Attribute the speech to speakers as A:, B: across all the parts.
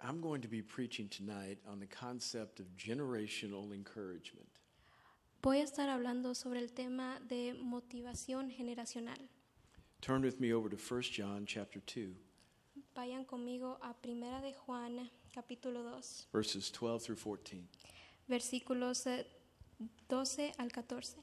A: I'm going to be preaching tonight on the concept of generational encouragement.
B: Voy a estar hablando sobre el tema de motivación generacional.
A: Turn with me over to 1 John chapter 2,
B: Vayan conmigo a Primera de Juan, capítulo 2,
A: verses 12 through 14.
B: versículos eh, 12 al 14.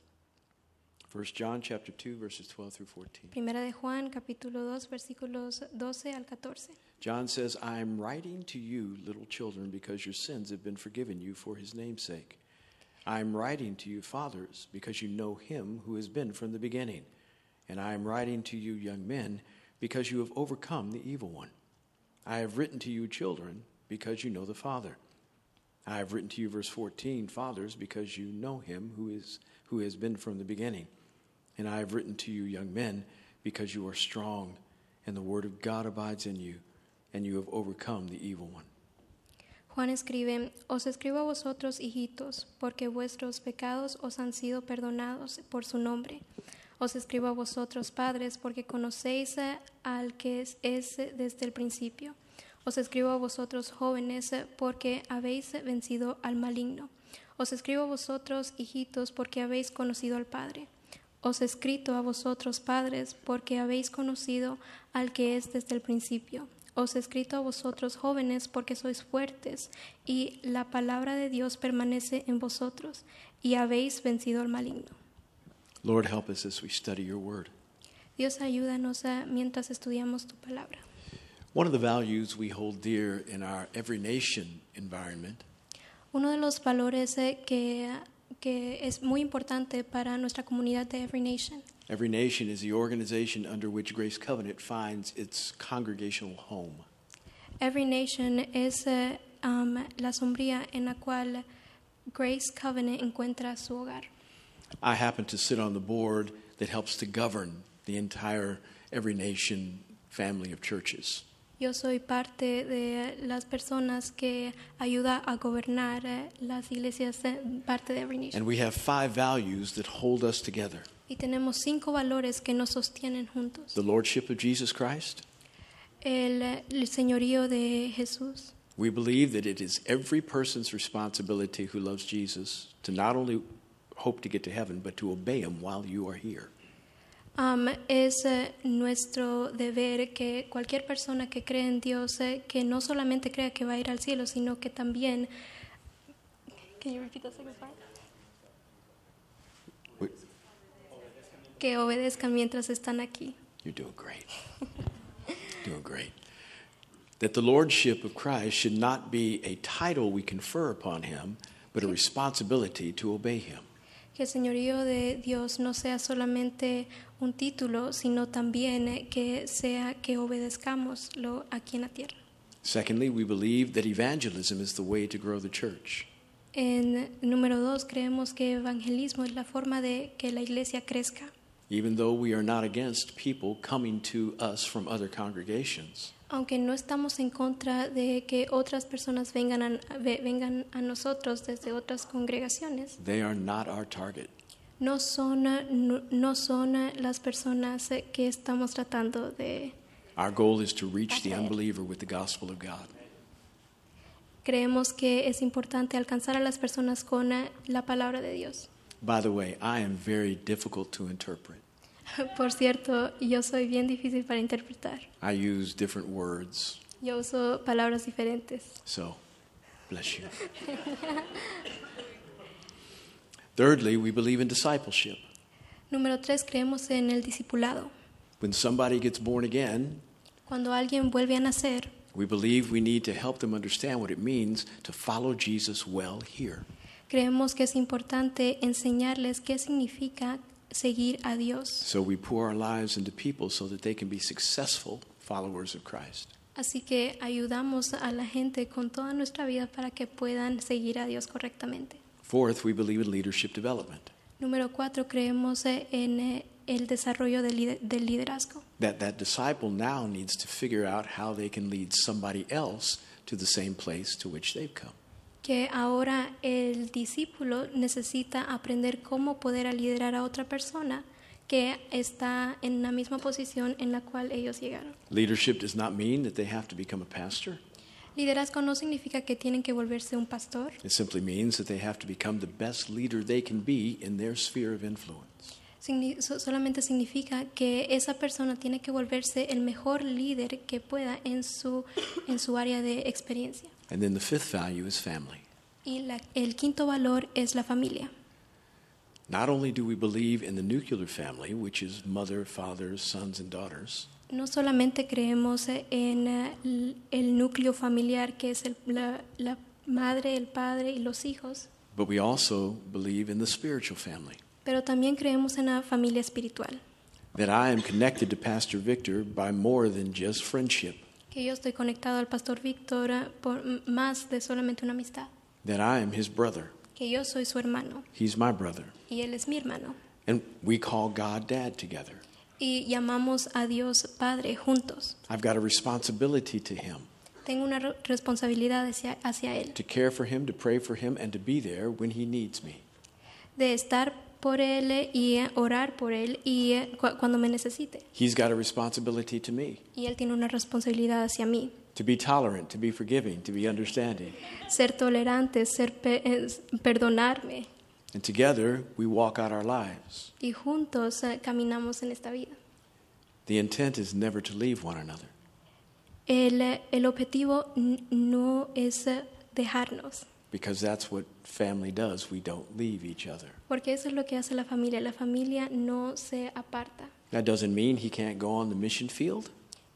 A: 1 John chapter 2 verses 12 through 14.
B: Primera de Juan, capítulo 2, versículos 12 al 14.
A: John says, "I am writing to you, little children, because your sins have been forgiven you for his name's sake. I am writing to you, fathers, because you know him who has been from the beginning. And I am writing to you, young men, because you have overcome the evil one. I have written to you, children, because you know the Father. I have written to you, verse 14, fathers, because you know him who is who has been from the beginning. And I have written to you, young men, because you are strong, and the word of God abides in you, and you have overcome the evil one.
B: Juan escribe, Os escribo a vosotros, hijitos, porque vuestros pecados os han sido perdonados por su nombre. Os escribo a vosotros, padres, porque conocéis eh, al que es, es, eh, desde el principio. Os escribo a vosotros, jóvenes, eh, porque habéis eh, vencido al maligno. Os escribo a vosotros, hijitos, porque habéis conocido al Padre. Os he escrito a vosotros, padres, porque habéis conocido al que es desde el principio. Os he escrito a vosotros, jóvenes, porque sois fuertes, y la palabra de Dios permanece en vosotros, y habéis vencido al maligno.
A: Lord, help us as we study your word.
B: Dios, ayúdanos eh, mientras estudiamos tu palabra.
A: One of the values we hold dear in our every nation environment
B: Uno de los valores eh, que, que es muy importante para nuestra comunidad de Every Nation
A: Every nation is the organization under which Grace Covenant finds its congregational home.
B: Every Nation es eh, um, la sombría en la cual Grace Covenant encuentra su hogar.
A: I happen to sit on the board that helps to govern the entire Every Nation family of churches.
B: Yo soy parte de las personas que ayuda a gobernar eh, las iglesias de parte de Every Nation.
A: And we have five values that hold us together
B: Y tenemos cinco valores que nos sostienen juntos.
A: the Lordship of Jesus Christ.
B: El, eh, el señorío de Jesús.
A: We believe that it is every person's responsibility who loves Jesus to not only hope to get to heaven, but to obey him while you are here.
B: Am, es eh, nuestro deber que cualquier persona que cree en Dios, eh, que no solamente crea que va a ir al cielo, sino que también... Can you repeat the second part?
A: Wait,
B: Que obedezcan mientras están aquí.
A: You're doing great. doing great. That the Lordship of Christ should not be a title we confer upon him, but a responsibility to obey him.
B: Que el señorío de Dios no sea solamente un título, sino también eh, que sea que obedezcamos lo aquí en la tierra.
A: Secondly, we believe that evangelism is the way to grow the church.
B: En número dos, creemos que evangelismo es la forma de que la iglesia crezca.
A: Even though we are not against people coming to us from other congregations,
B: Aunque no estamos en contra de que otras personas vengan a, ve- vengan a nosotros desde otras congregaciones,
A: they are not our target.
B: no son, eh, no, no son eh, las personas eh, que estamos tratando de...
A: Our goal is to reach the
B: That's it.
A: unbeliever with the gospel of God.
B: Creemos que es importante alcanzar a las personas con eh, la palabra de Dios.
A: By the way, I am very difficult to interpret.
B: Por cierto, yo soy bien difícil para interpretar.
A: I use different words,
B: Yo uso palabras diferentes.
A: so bless you. Thirdly, we believe in discipleship.
B: Número tres, creemos en el discipulado.
A: When somebody gets born again,
B: Cuando alguien vuelve a nacer,
A: we believe we need to help them understand what it means to follow Jesus well here.
B: creemos que es importante enseñarles qué significa seguir a Dios.
A: So we pour our lives into people so that they can be successful followers of Christ.
B: Así que ayudamos a la gente con toda nuestra vida para que puedan seguir a Dios correctamente.
A: Fourth, we believe in leadership development.
B: Número cuatro, creemos eh, en eh, el desarrollo del lider- del liderazgo.
A: That that disciple now needs to figure out how they can lead somebody else to the same place to which they've come.
B: que ahora el discípulo necesita aprender cómo poder liderar a otra persona que está en la misma posición en la cual ellos llegaron.
A: Leadership does not mean that they have to become a pastor.
B: Liderazgo no significa que tienen que volverse un pastor,
A: It simply means that they have to become the best leader they can be in their sphere of influence.
B: Signi- so- solamente significa que esa persona tiene que volverse el mejor líder que pueda en su, en su área de experiencia.
A: And then the fifth value is family.
B: Y la- el quinto valor es la familia.
A: Not only do we believe in the nuclear family, which is mother, father, sons, and daughters,
B: No solamente creemos eh, en eh, l- el núcleo familiar que es el- la, la madre, el padre y los hijos,
A: but we also believe in the spiritual family.
B: pero también creemos en la familia espiritual,
A: That I am connected to Pastor Victor by more than just friendship,
B: que yo estoy conectado al pastor Víctor eh, por m- más de solamente una amistad,
A: that I am his brother.
B: que yo soy su hermano
A: He's my brother.
B: y él es mi hermano.
A: And we call God Dad together.
B: Y llamamos a Dios Padre juntos.
A: I've got a responsibility to him
B: Tengo una re- responsabilidad hacia, hacia Él,
A: to care for him, to pray for him, and to be there when he needs me.
B: de estar por Él eh, y eh, orar por Él y eh, cu- cuando me necesite.
A: He's got a responsibility to me
B: Y Él tiene una responsabilidad hacia mí.
A: to be tolerant, to be forgiving, to be understanding.
B: Ser tolerante, ser pe- eh, s- perdonarme.
A: And together we walk out our lives.
B: Y juntos eh, caminamos en esta vida.
A: The intent is never to leave one another.
B: El, eh, el objetivo n- no es eh, dejarnos,
A: Because that's what family does. We don't leave each other.
B: porque eso es lo que hace la familia. La familia no se aparta.
A: That doesn't mean he can't go on the mission field,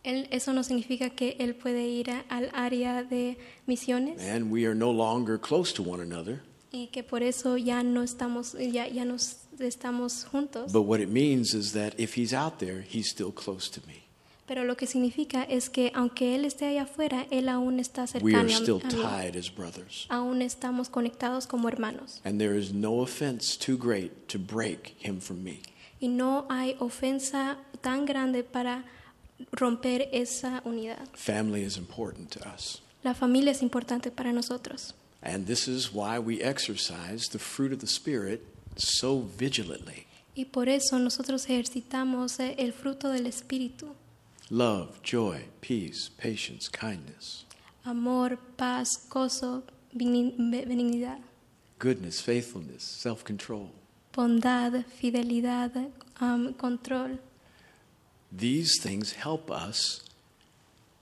B: Él- eso no significa que él puede ir a- al área de misiones
A: and we are no longer close to one another.
B: y que por eso ya no estamos, eh, ya, ya no estamos juntos.
A: But what it means is that if he's out there, he's still close to me.
B: Pero lo que significa es que aunque él esté allá afuera, él aún está
A: We are
B: cercano
A: still
B: a, a mí.
A: tied as brothers.
B: Aún estamos conectados como hermanos
A: And there is no offense too great to break him from me.
B: y no hay ofensa tan grande para romper esa unidad.
A: Family is important to us.
B: La familia es importante para nosotros
A: And this is why we exercise the fruit of the Spirit so vigilantly
B: y por eso nosotros ejercitamos eh, el fruto del Espíritu.
A: love, joy, peace, patience, kindness,
B: amor, paz, gozo, beni- benignidad,
A: goodness, faithfulness, self control.
B: bondad, fidelidad, am, control.
A: These things help us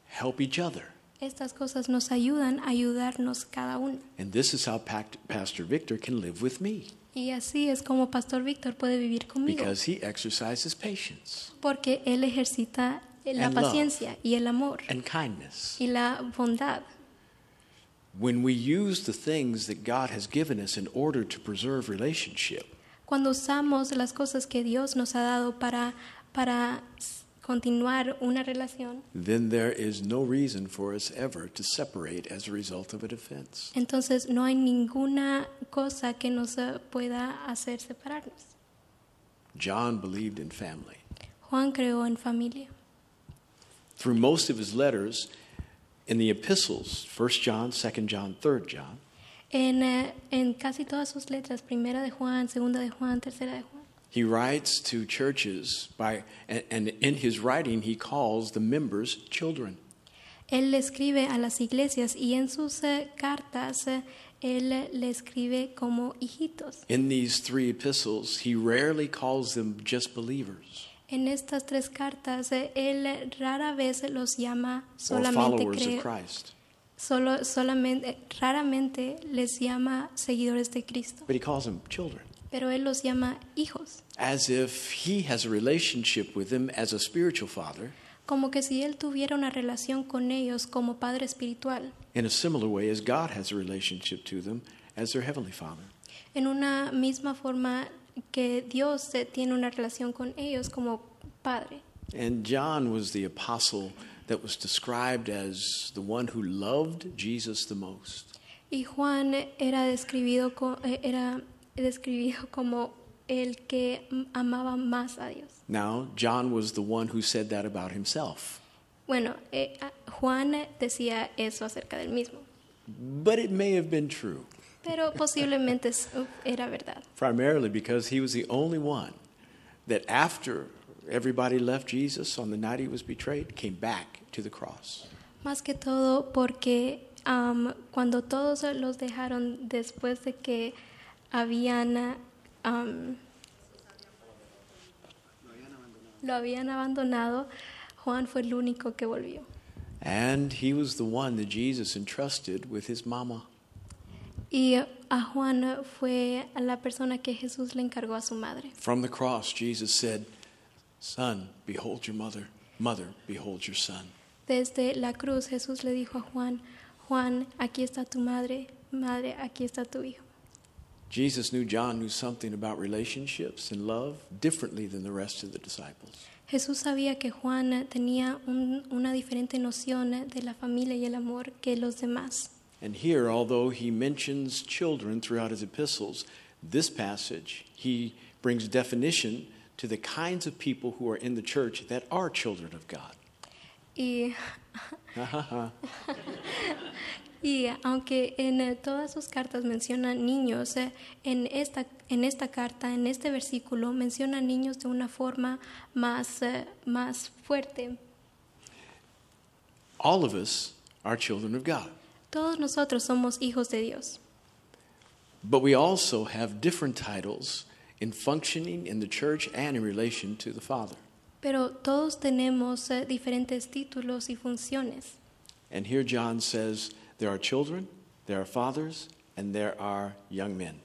A: help each other.
B: Estas cosas nos ayudan a ayudarnos cada uno.
A: And this is how Pact- Pastor Victor can live with me
B: Y así es como Pastor Víctor puede vivir conmigo,
A: because he exercises patience
B: porque él ejercita eh, la
A: And love.
B: paciencia y el amor
A: and kindness.
B: y la bondad.
A: When we use the things that God has given us in order to preserve relationship,
B: Cuando usamos las cosas que Dios nos ha dado para, para s- continuar una relación,
A: then there is no reason for us ever to separate as a result of an offense.
B: entonces no hay ninguna cosa que nos eh, pueda hacer separarnos.
A: John believed in family.
B: Juan creó en familia.
A: Through most of his letters, in the epistles, 1 John, 2 John, 3 John,
B: En, eh, en casi todas sus letras, primera de Juan, segunda de Juan, tercera de Juan,
A: He writes to churches by, and, and in his writing, he calls the members children.
B: él le escribe a las iglesias y en sus eh, cartas eh, él eh, le escribe como hijitos.
A: In these three epistles, he rarely calls them just believers
B: En estas tres cartas eh, él eh, rara vez los llama
A: or
B: solamente
A: followers
B: cre-
A: of Christ,
B: solo solamente raramente les llama seguidores de Cristo,
A: but he calls them children,
B: pero él los llama hijos,
A: as if he has a relationship with them as a spiritual father
B: como que si él tuviera una relación con ellos como padre espiritual.
A: in a similar way as God has a relationship to them as their heavenly father.
B: en una misma forma que Dios eh, tiene una relación con ellos como padre.
A: And John was the apostle that was described as the one who loved Jesus the most.
B: Y Juan era describido, co- eh, era describido como el que m- amaba más a Dios.
A: Now, John was the one who said that about himself,
B: Bueno, eh, a- Juan decía eso acerca del mismo,
A: but it may have been true,
B: pero posiblemente es- era verdad.
A: primarily because he was the only one that, after everybody left Jesus on the night he was betrayed, came back to the cross.
B: Más que todo porque am, cuando todos los dejaron después de que habían ah, am, lo habían abandonado, Juan fue el único que volvió.
A: And he was the one that Jesus entrusted with his mama.
B: Y a Juan fue la persona que Jesús le encargó a su madre.
A: From the cross, Jesus said, Son, behold your mother. Mother, behold your son.
B: Desde la cruz Jesús le dijo a Juan, Juan, aquí está tu madre, madre, aquí está tu hijo.
A: Jesus knew John knew something about relationships and love differently than the rest of the disciples.
B: Jesús sabía que Juan tenía un- una diferente noción de la familia y el amor que los demás.
A: And here, although he mentions children throughout his epistles, this passage, he brings definition to the kinds of people who are in the church that are children of God.
B: Y,
A: Ha, ha, ha.
B: y aunque en eh, todas sus cartas menciona niños, eh, en esta, en esta carta, en este versículo, menciona niños de una forma más, eh, más fuerte.
A: All of us are children of God,
B: Todos nosotros somos hijos de Dios.
A: but we also have different titles in functioning in the church and in relation to the Father.
B: Pero todos tenemos eh, diferentes títulos y funciones.
A: And here John says there are children, there are fathers, and there are young men.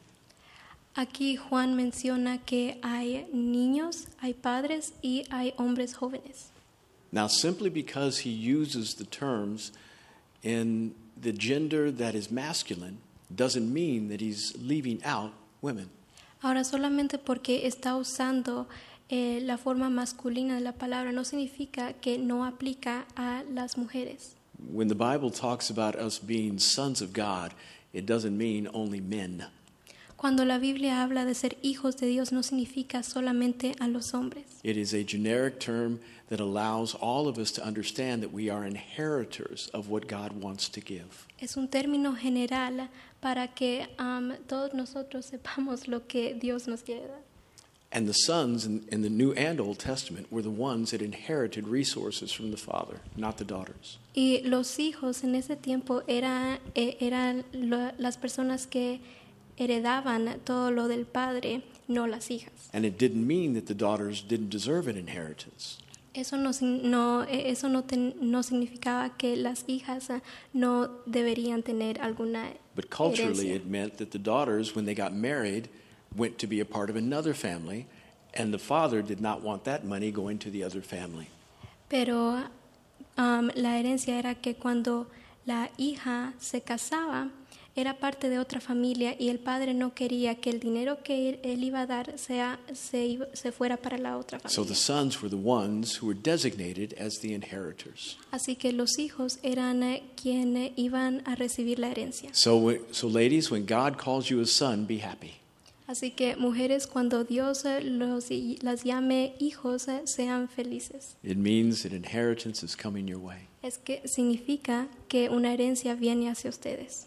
B: Aquí Juan menciona que hay niños, hay padres y hay hombres jóvenes.
A: Now, simply because he uses the terms in the gender that is masculine doesn't mean that he's leaving out women.
B: Ahora solamente porque está usando eh, la forma masculina de la palabra no significa que no aplica a las mujeres.
A: When the Bible talks about us being sons of God, it doesn't mean only men.
B: Cuando la Biblia habla de ser hijos de Dios no significa solamente a los hombres.
A: It is a generic term that allows all of us to understand that we are inheritors of what God wants to give.
B: Es un término general para que am, todos nosotros sepamos lo que Dios nos quiere dar.
A: And the sons in, in the New and Old Testament were the ones that inherited resources from the father, not the daughters.
B: Y los hijos en ese tiempo era- eh, eran lo- las personas que heredaban todo lo del padre, no las hijas.
A: And it didn't mean that the daughters didn't deserve an inheritance.
B: Eso no, sin- no, eh, eso no, ten- no significaba que las hijas ah, no deberían tener alguna
A: But culturally,
B: herencia.
A: it meant that the daughters, when they got married, went to be a part of another family, and the father did not want that money going to the other family.
B: Pero am, la herencia era que cuando la hija se casaba, era parte de otra familia y el padre no quería que el dinero que él, él iba a dar sea, se, iba- se fuera para la otra
A: So the
B: familia.
A: sons were the ones who were designated as the inheritors.
B: Así que los hijos eran eh, quienes iban a recibir la herencia.
A: So, when- so ladies, when God calls you a son, be happy.
B: Así que mujeres, cuando Dios eh, los, y- las llame hijos, eh, sean felices.
A: It means that inheritance is coming your way.
B: Es que significa que una herencia viene hacia ustedes.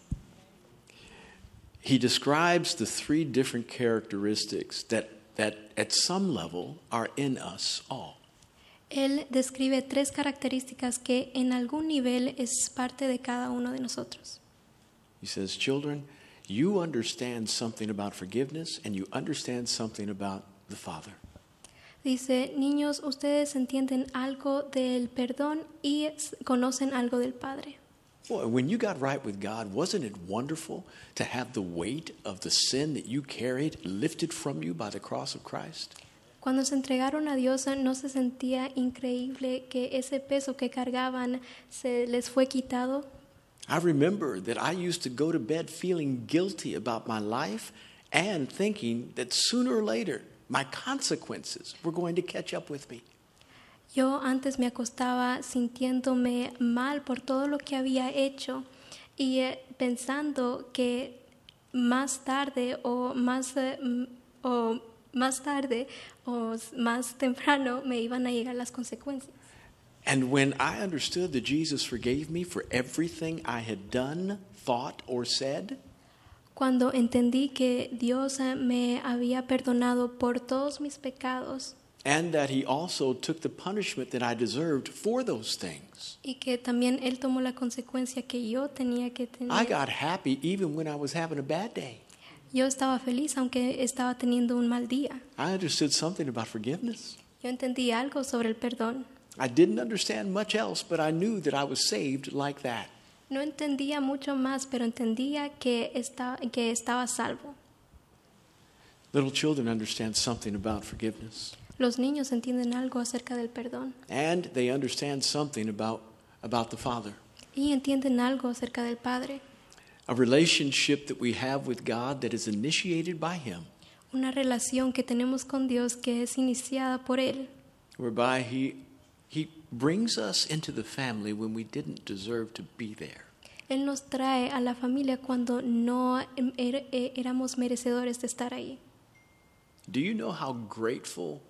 A: He describes the three different characteristics that, that at some level are in us all.
B: Él describe tres características que en algún nivel es parte de cada uno de nosotros.
A: He says, Children, you understand something about forgiveness and you understand something about the Father.
B: Dice, niños, ustedes entienden algo del perdón y s- conocen algo del Padre.
A: Boy, when you got right with God, wasn't it wonderful to have the weight of the sin that you carried lifted from you by the cross of Christ?
B: Cuando se entregaron a Dios no se sentía increíble que ese peso que cargaban se les fue quitado.
A: I remember that I used to go to bed feeling guilty about my life and thinking that sooner or later my consequences were going to catch up with me.
B: Yo antes me acostaba sintiéndome mal por todo lo que había hecho y eh, pensando que más tarde o más, eh, m- o más tarde o s- más temprano me iban a llegar las consecuencias.
A: And when I understood that Jesus forgave me for everything I had done, thought, or said,
B: Cuando entendí que Dios eh, me había perdonado por todos mis pecados,
A: and that he also took the punishment that I deserved for those things.
B: y que también Él tomó la consecuencia que yo tenía que
A: I
B: tener.
A: got happy even when I was having a bad day.
B: Yo estaba feliz aunque estaba teniendo un mal día.
A: I understood something about forgiveness.
B: Yo entendí algo sobre el perdón.
A: I didn't understand much else, but I knew that I was saved like that.
B: No entendía mucho más, pero entendía que, esta- que estaba salvo.
A: Little children understand something about forgiveness,
B: Los niños entienden algo acerca del perdón
A: and they understand something about, about the Father.
B: y entienden algo acerca del Padre.
A: A relationship that we have with God that is initiated by Him,
B: Una relación que tenemos con Dios que es iniciada por Él,
A: whereby He, he brings us into the family when we didn't deserve to be there.
B: Él nos trae a la familia cuando no em, er- eh, éramos merecedores de estar ahí.
A: Do you know how grateful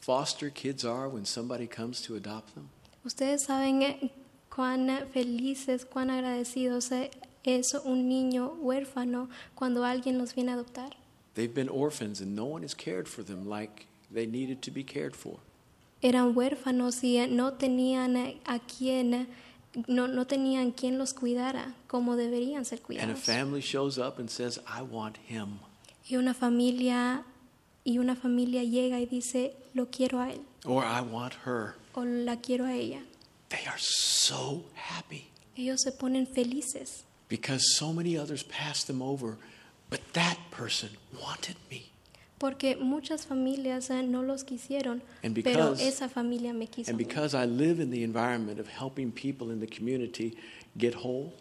A: foster kids are when somebody comes to adopt them?
B: Ustedes saben eh, cuán felices, cuán agradecidos eh, es un niño huérfano cuando alguien los viene a adoptar.
A: They've been orphans and no one has cared for them like they needed to be cared for.
B: Eran huérfanos y eh, no tenían eh, a quien, eh, no, no tenían quien los cuidara como deberían ser
A: And a
B: cuidados.
A: family shows up and says, I want him.
B: Y una familia y una familia llega y dice lo quiero a él
A: Or I want her.
B: o la quiero a ella.
A: They are so happy
B: Ellos se ponen felices
A: because so many others passed them over, but that person wanted me.
B: porque muchas familias eh, no los quisieron,
A: And
B: pero
A: because-
B: esa familia me quiso. a
A: And
B: mí.
A: because I live in the environment of helping people in the community get whole,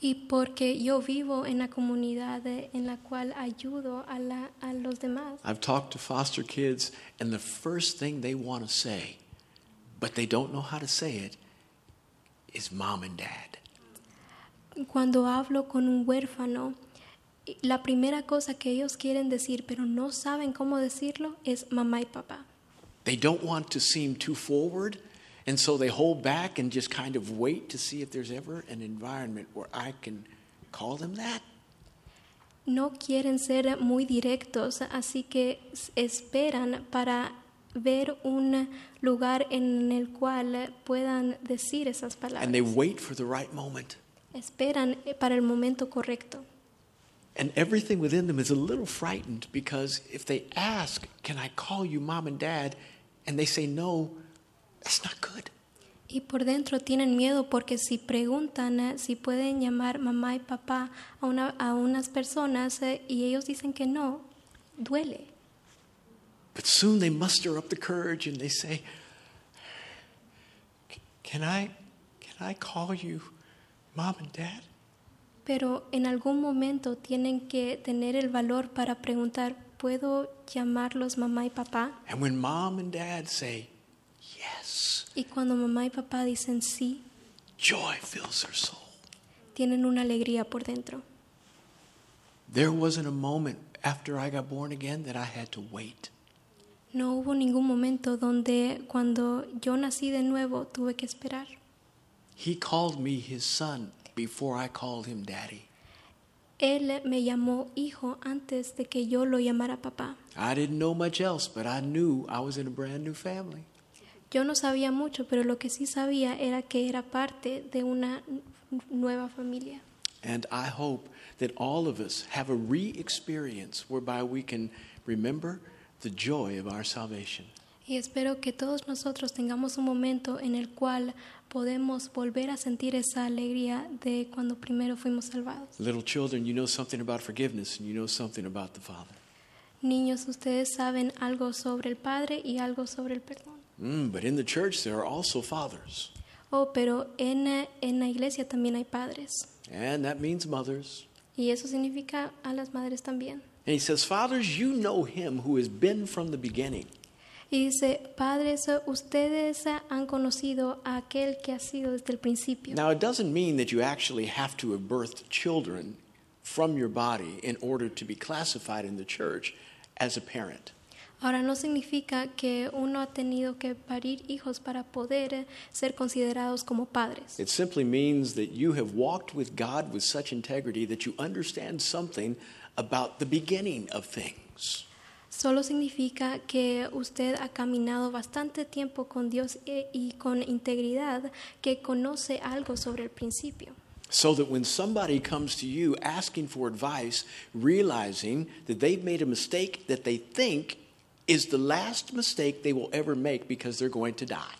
B: Y porque yo vivo en la comunidad eh, en la cual ayudo a, la, a los demás.
A: I've talked to foster kids, and the first thing they want to say, but they don't know how to say it, is mom and dad.
B: Cuando hablo con un huérfano, y la primera cosa que ellos quieren decir, pero no saben cómo decirlo, es mamá y papá.
A: They don't want to seem too forward, and so they hold back and just kind of wait to see if there's ever an environment where I can call them that.
B: No quieren ser muy directos, así que s- esperan para ver un lugar en el cual eh, puedan decir esas
A: And they
B: palabras.
A: wait for the right moment.
B: Esperan eh, para el momento correcto.
A: And everything within them is a little frightened because if they ask, Can I call you mom and dad? and they say no, that's not good.
B: Y por dentro tienen miedo porque si preguntan eh, si pueden llamar mamá y papá a, una- a unas personas eh, y ellos dicen que no, duele.
A: But soon they muster up the courage and they say, "C- Can I, can I call you mom and dad?
B: Pero en algún momento tienen que tener el valor para preguntar, ¿puedo llamarlos mamá y papá?
A: And when mom and dad say, Yes,
B: Y cuando mamá y papá dicen sí,
A: joy fills their soul.
B: tienen una alegría por dentro.
A: There wasn't a moment after I got born again that I had to wait.
B: No hubo ningún momento donde cuando yo nací de nuevo tuve que esperar.
A: He called me his son before I called him daddy.
B: Él me llamó hijo antes de que yo lo llamara papá.
A: I didn't know much else, but I knew I was in a brand new family.
B: Yo no sabía mucho, pero lo que sí sabía era que era parte de una n- nueva familia.
A: And I hope that all of us have a re experience whereby we can remember the joy of our salvation.
B: Y espero que todos nosotros tengamos un momento en el cual podemos volver a sentir esa alegría de cuando primero fuimos salvados.
A: Little children, you know something about forgiveness and you know something about the Father.
B: Niños, ustedes saben algo sobre el Padre y algo sobre el perdón.
A: Mm, but in the church, there are also fathers,
B: Oh, pero en, eh, en la iglesia también hay padres.
A: and that means mothers.
B: Y eso significa a las madres también.
A: And he says, Fathers, you know him who has been from the beginning.
B: Y dice, padres, eh, ustedes eh, han conocido a aquel que ha sido desde el principio.
A: Now, it doesn't mean that you actually have to have birthed children from your body in order to be classified in the church as a parent.
B: Ahora no significa que uno ha tenido que parir hijos para poder eh, ser considerados como padres.
A: It simply means that you have walked with God with such integrity that you understand something about the beginning of things.
B: solo significa que usted ha caminado bastante tiempo con Dios e- y con integridad, que conoce algo sobre el principio.
A: So that when somebody comes to you asking for advice, realizing that they've made a mistake that they think is the last mistake they will ever make because they're going to die.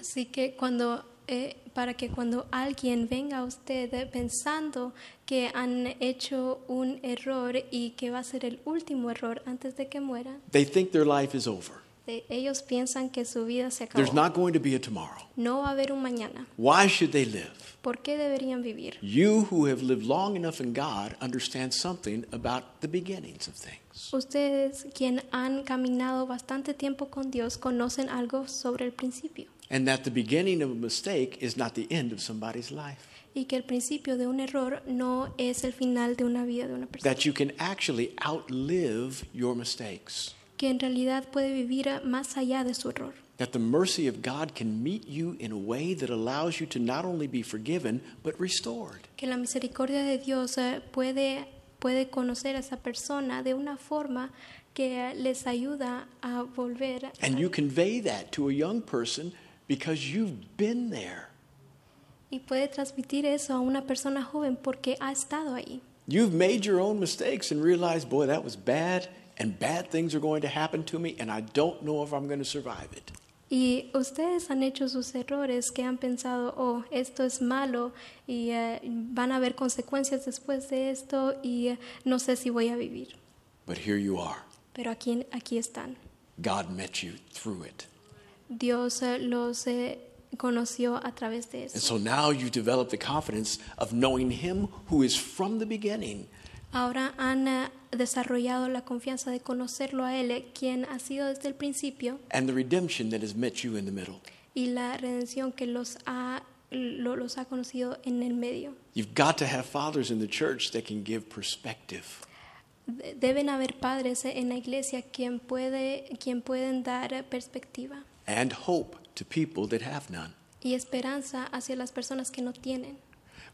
B: Así que cuando eh, para que cuando alguien venga a usted eh, pensando que han hecho un error y que va a ser el último error antes de que muera,
A: They think their life is over.
B: eh, ellos piensan que su vida se
A: There's
B: acabó.
A: not going to be a tomorrow.
B: No va a haber un mañana.
A: Why should they live?
B: ¿Por qué deberían vivir?
A: You who have lived long enough in God understand something about the beginnings of things.
B: Ustedes, quien han caminado bastante tiempo con Dios, conocen algo sobre el principio
A: And that the beginning of a mistake is not the end of somebody's life.
B: y que el principio de un error no es el final de una vida de una persona,
A: That you can actually outlive your mistakes.
B: que en realidad puede vivir eh, más allá de su error.
A: That the mercy of God can meet you in a way that allows you to not only be forgiven, but restored.
B: que la misericordia de Dios eh, puede, puede conocer a esa persona de una forma que eh, les ayuda a volver. a-
A: And you convey that to a young person because you've been there.
B: y puede transmitir eso a una persona joven porque ha estado ahí.
A: You've made your own mistakes and realized, boy, that was bad, and bad things are going to happen to me, and I don't know if I'm going to survive it.
B: Y ustedes han hecho sus errores que han pensado, oh, esto es malo y eh, van a haber consecuencias después de esto y eh, no sé si voy a vivir.
A: But here you are.
B: Pero aquí, aquí están.
A: God met you through it.
B: Dios eh, los eh, conoció a través de eso.
A: And so now you develop the confidence of knowing Him who is from the beginning.
B: Ahora han eh, desarrollado la confianza de conocerlo a Él, eh, quien ha sido desde el principio,
A: And the redemption that has met you in the middle.
B: y la redención que los ha, lo- los ha conocido en el medio.
A: You've got to have fathers in the church that can give perspective.
B: De- Deben haber padres eh, en la iglesia quien, puede, quien pueden dar eh, perspectiva
A: and hope to people that have none.
B: y esperanza hacia las personas que no tienen.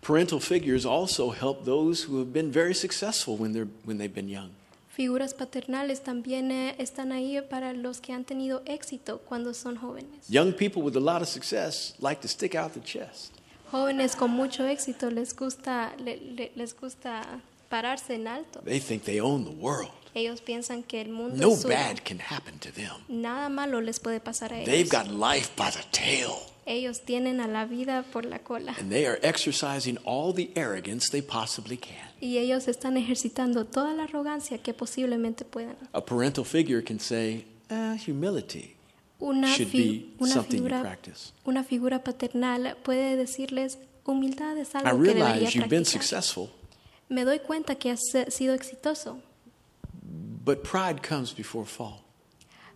A: Parental figures also help those who have been very successful when, they're, when they've been young.
B: Figuras paternales también eh, están ahí para los que han tenido éxito cuando son jóvenes.
A: Young people with a lot of success like to stick out the chest.
B: Jóvenes con mucho éxito les gusta, le- le- les gusta pararse en alto.
A: They think they own the world.
B: Ellos piensan que el mundo
A: No
B: es suyo.
A: bad can happen to them.
B: Nada malo les puede pasar a
A: They've
B: ellos.
A: got life by the tail,
B: Ellos tienen a la vida por la cola
A: and they are exercising all the arrogance they possibly can.
B: y ellos están ejercitando toda la arrogancia que posiblemente puedan.
A: A parental figure can say, "Ah, humility
B: Una,
A: should
B: fi-
A: be
B: una
A: something you
B: figura,
A: practice.
B: una figura paternal puede decirles humildad es
A: I
B: algo que debería
A: realize you've been
B: practicar.
A: successful,
B: Me doy cuenta que has eh, sido exitoso,
A: but pride comes before fall.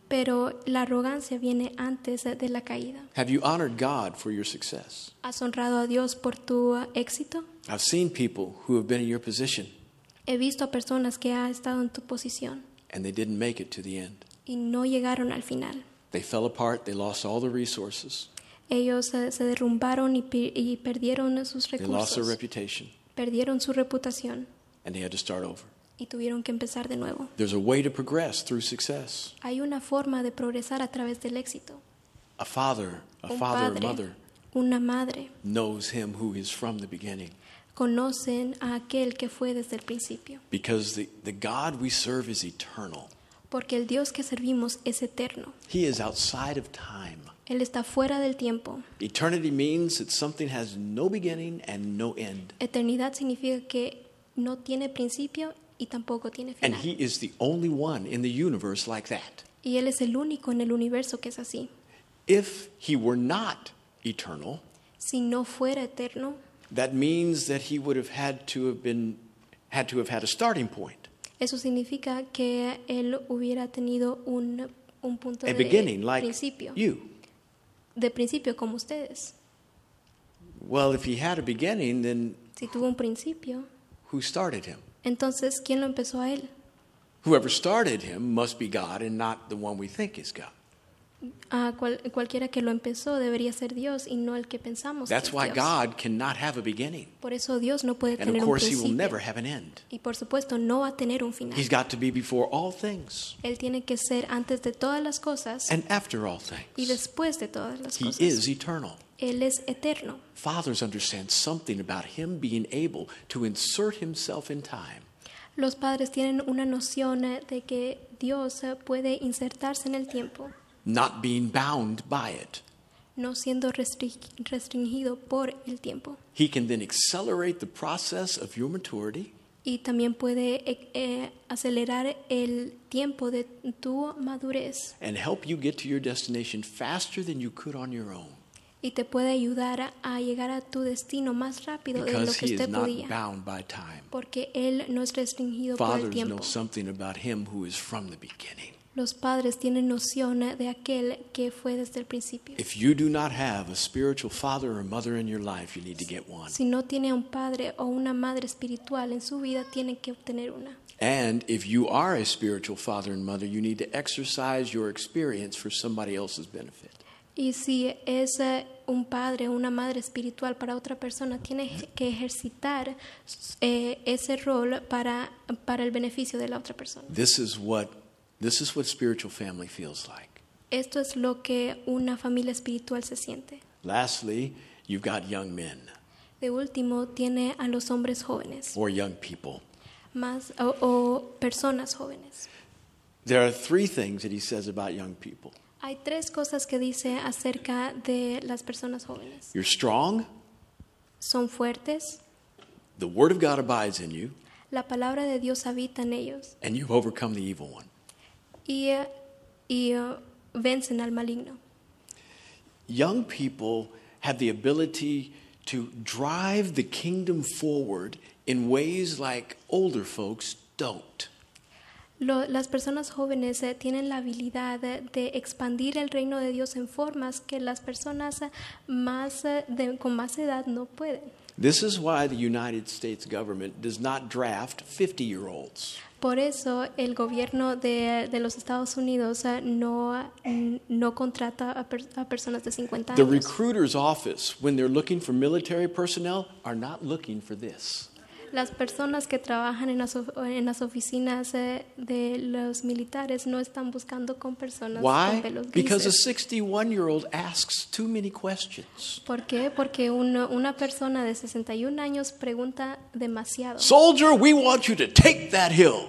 B: pero la arrogancia viene antes eh, de la caída.
A: Have you honored God for your success?
B: ¿Has honrado a Dios por tu eh, éxito?
A: I've seen people who have been in your position
B: He visto a personas que han estado en tu posición
A: and they didn't make it to the end.
B: y no llegaron al final.
A: They fell apart, they lost all the resources,
B: Ellos eh, se derrumbaron y, pi- y perdieron sus
A: they lost their
B: recursos,
A: reputation,
B: perdieron su reputación
A: and they had to start over.
B: y tuvieron que empezar de nuevo.
A: There's a way to progress through success.
B: Hay una forma de progresar a través del éxito.
A: A father, a
B: Un
A: father, a
B: Oh, padre,
A: mother
B: una madre,
A: knows him who is from the beginning
B: conocen a aquel que fue desde el principio,
A: because the, the God we serve is eternal.
B: porque el Dios que servimos es eterno.
A: He is outside of time.
B: Él está fuera del tiempo.
A: Eternity means that something has no beginning and no end.
B: Eternidad significa que no tiene principio y tampoco tiene
A: And
B: final.
A: he is the only one in the universe like that.
B: y Él es el único en el universo que es así.
A: If he were not eternal,
B: Si no fuera eterno,
A: that means that he would have had to have been had to have had a starting point,
B: Eso significa que él hubiera tenido un, un punto
A: a
B: de
A: beginning like
B: principio,
A: you.
B: de principio como ustedes.
A: Well, if he had a beginning, then
B: Si tuvo un principio,
A: who started him?
B: entonces ¿quién lo empezó a él?
A: Whoever started him must be God and not the one we think is God.
B: Ah, cual- cualquiera que lo empezó debería ser Dios y no el que pensamos. que
A: That's
B: es
A: why
B: Dios.
A: God cannot have a beginning.
B: Por eso Dios no puede
A: And of
B: tener un
A: course, He will
B: principio.
A: never have an end.
B: Y por supuesto no va a tener un final.
A: He's got to be before all things
B: Él tiene que ser antes de todas las cosas
A: and after all
B: y
A: things.
B: después de todas las
A: He
B: cosas.
A: is eternal.
B: Él es eterno.
A: Fathers understand something about Him being able to insert Himself in time.
B: Los padres tienen una noción eh, de que Dios eh, puede insertarse en el tiempo,
A: not being bound by it.
B: no siendo restri- restringido por el tiempo.
A: He can then accelerate the process of your maturity
B: Y también puede eh, eh, acelerar el tiempo de tu madurez
A: and help you get to your destination faster than you could on your own
B: y te puede ayudar a, a llegar a tu destino más rápido de lo
A: because
B: que
A: he is
B: usted
A: not
B: podía.
A: bound by time.
B: Porque Él no es restringido por el
A: Fathers
B: tiempo.
A: know something about him who is from the beginning.
B: Los padres tienen noción eh, de aquel que fue desde el principio.
A: If you do not have a spiritual father or mother in your life, you need to get one.
B: Si no tiene un padre o una madre espiritual en su vida, tiene que obtener una.
A: And if you are a spiritual father and mother, you need to exercise your experience for somebody else's benefit.
B: Y si es eh, un padre o una madre espiritual para otra persona, tiene ej- que ejercitar eh, ese rol para, para el beneficio de la otra persona.
A: This is what this is what spiritual family feels like.
B: Esto es lo que una familia espiritual se siente.
A: Lastly, you've got young men
B: De último, tiene a los hombres jóvenes
A: or young people.
B: más, o, o personas jóvenes.
A: There are three things that he says about young people
B: Hay tres cosas que dice acerca de las personas jóvenes.
A: you're strong,
B: Son fuertes,
A: the word of God abides in you,
B: la palabra de Dios habita en ellos
A: and you've overcome the evil one.
B: y, eh, y eh, vencen al maligno.
A: Young people have the ability to drive the kingdom forward in ways like older folks don't.
B: Lo- las personas jóvenes eh, tienen la habilidad eh, de expandir el reino de Dios en formas que las personas eh, más, eh, de- con más edad no pueden.
A: This is why the United States government does not draft 50 year olds.
B: Por eso el gobierno de, de los Estados Unidos eh, no, no contrata a, per- a personas de 50
A: The
B: años.
A: recruiter's office, when they're looking for military personnel, are not looking for this.
B: Las personas que trabajan en las, of- en las oficinas eh, de los militares no están buscando con personas con
A: Why?
B: pelos grises.
A: Because a 61 year old asks too many questions.
B: ¿Por qué? Porque uno- una persona de 61 años pregunta demasiado.
A: Soldier, we want you to take that hill.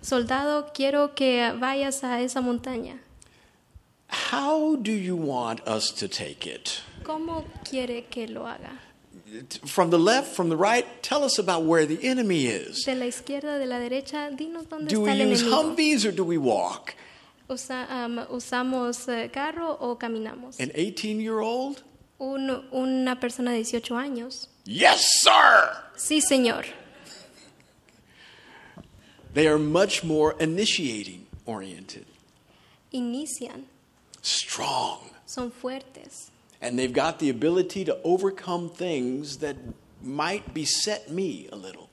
B: Soldado, quiero que vayas a esa montaña.
A: How do you want us to take it?
B: ¿Cómo quiere que lo haga?
A: From the left, from the right, tell us about where the enemy is.
B: De la izquierda, de la derecha, dinos dónde
A: Do we
B: está el
A: use
B: enemigo.
A: Humvees or do we walk?
B: Usa- am, ¿Usamos eh, carro o caminamos?
A: An 18 year old?
B: Un- una persona de 18 años.
A: Yes, sir!
B: Sí, señor.
A: They are much more initiating oriented,
B: Inician,
A: strong,
B: son fuertes
A: and they've got the ability to overcome things that might beset me a little.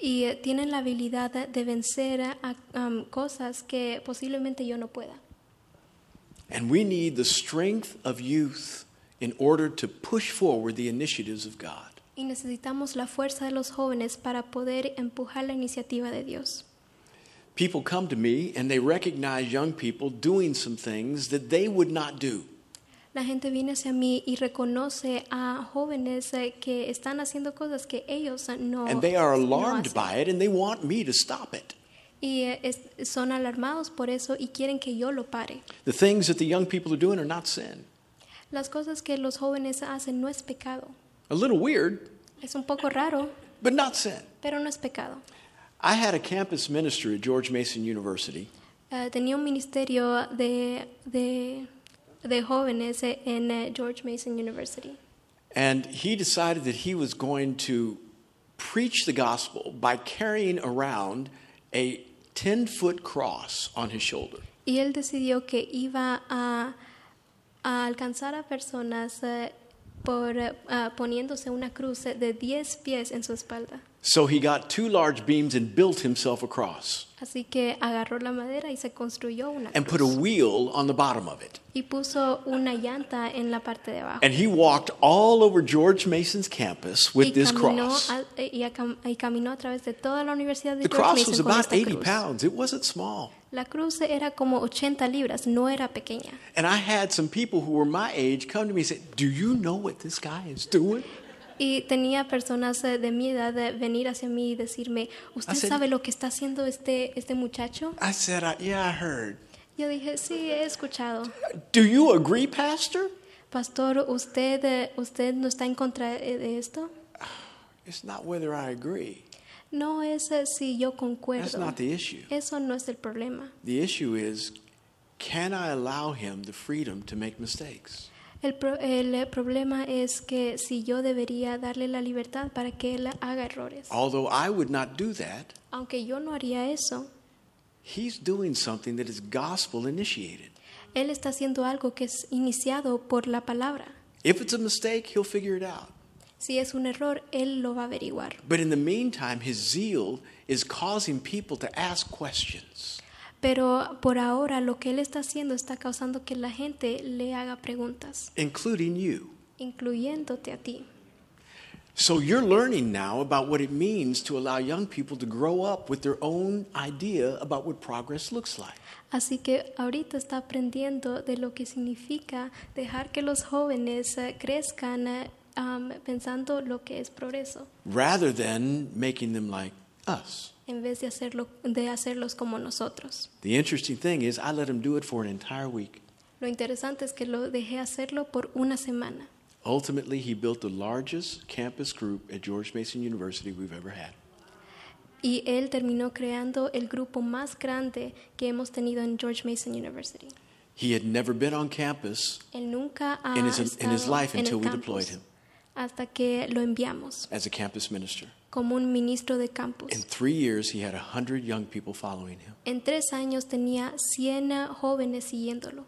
B: y eh, tienen la habilidad de vencer a, am, cosas que posiblemente yo no pueda.
A: And we need the strength of youth in order to push forward the initiatives of God.
B: Y necesitamos la fuerza de los jóvenes para poder empujar la iniciativa de Dios.
A: People come to me and they recognize young people doing some things that they would not do.
B: La gente viene hacia mí y reconoce a jóvenes eh, que están haciendo cosas que ellos eh, no,
A: And they are
B: no
A: alarmed
B: hacen.
A: by it and they want me to stop it.
B: Y eh, es- son alarmados por eso y quieren que yo lo pare.
A: The things that the young people are doing are not sin.
B: Las cosas que los jóvenes hacen no es pecado.
A: A little weird,
B: Es un poco raro,
A: but not sin.
B: pero no es pecado.
A: I had a campus minister at George Mason University,
B: Eh, tenía un ministerio de, de, de jóvenes eh, en eh, George Mason University.
A: and he decided that he was going to preach the gospel by carrying around a 10 foot cross on his shoulder.
B: Y él decidió que iba a, a alcanzar a personas eh, por, eh, ah, poniéndose una cruz eh, de 10 pies en su espalda.
A: So he got two large beams and built himself a cross
B: Así que agarró la madera y se construyó una
A: and put a
B: cruz.
A: wheel on the bottom of it.
B: y puso una llanta en la parte de abajo.
A: And he walked all over George Mason's campus with
B: y,
A: this
B: caminó
A: cross.
B: a- y a cam- y caminó a través de toda la Universidad de
A: The
B: George
A: cross
B: Mason
A: was
B: con
A: about
B: esta
A: 80
B: cruz.
A: pounds. It wasn't small.
B: La cruz era como 80 libras, no era pequeña.
A: And I had some people who were my age come to me and say, Do you know what this guy is doing?
B: Y tenía personas eh, de mi edad eh, venir hacia mí y decirme, ¿usted
A: Hacer-
B: sabe lo que está haciendo este, este muchacho?
A: I said, I, Yeah, I heard.
B: Yo dije, sí, he escuchado.
A: Do you agree, Pastor?
B: Pastor, ¿usted, eh, usted no está en contra eh, de esto?
A: It's not whether I agree.
B: No es eh, si yo
A: That's
B: concuerdo.
A: not the issue.
B: Eso no es el problema.
A: The issue is can I allow him the freedom to make mistakes?
B: El, pro- el eh, problema es que si yo debería darle la libertad para que él haga errores.
A: Although I would not do that,
B: Aunque yo no haría eso,
A: he's doing something that is gospel initiated.
B: él está haciendo algo que es iniciado por la palabra.
A: If it's a mistake, he'll figure it out.
B: Si es un error, él lo va a averiguar.
A: But in the meantime, his zeal is causing people to ask questions.
B: Pero por ahora lo que él está haciendo está causando que la gente le haga preguntas,
A: including you.
B: incluyéndote a ti.
A: So you're learning now about what it means to allow young people to grow up with their own idea about what progress looks like.
B: Así que ahorita está aprendiendo de lo que significa dejar que los jóvenes eh, crezcan eh, am, pensando lo que es progreso,
A: Rather than making them like us.
B: en vez de, hacerlo, de hacerlos como nosotros.
A: The interesting thing is, I let them do it for an entire week.
B: Lo interesante es que lo dejé hacerlo por una semana.
A: Ultimately, he built the largest campus group at George Mason University we've ever had.
B: Y él terminó creando el grupo más grande que hemos tenido en George Mason University.
A: He had never been on campus
B: Él nunca ha
A: In his- in
B: estado
A: his life
B: en
A: until
B: el
A: we deployed
B: campus
A: him.
B: hasta que lo enviamos
A: as a campus minister.
B: como un ministro de campus.
A: In three years, he had 100 young people following him.
B: En tres años tenía 100 jóvenes siguiéndolo.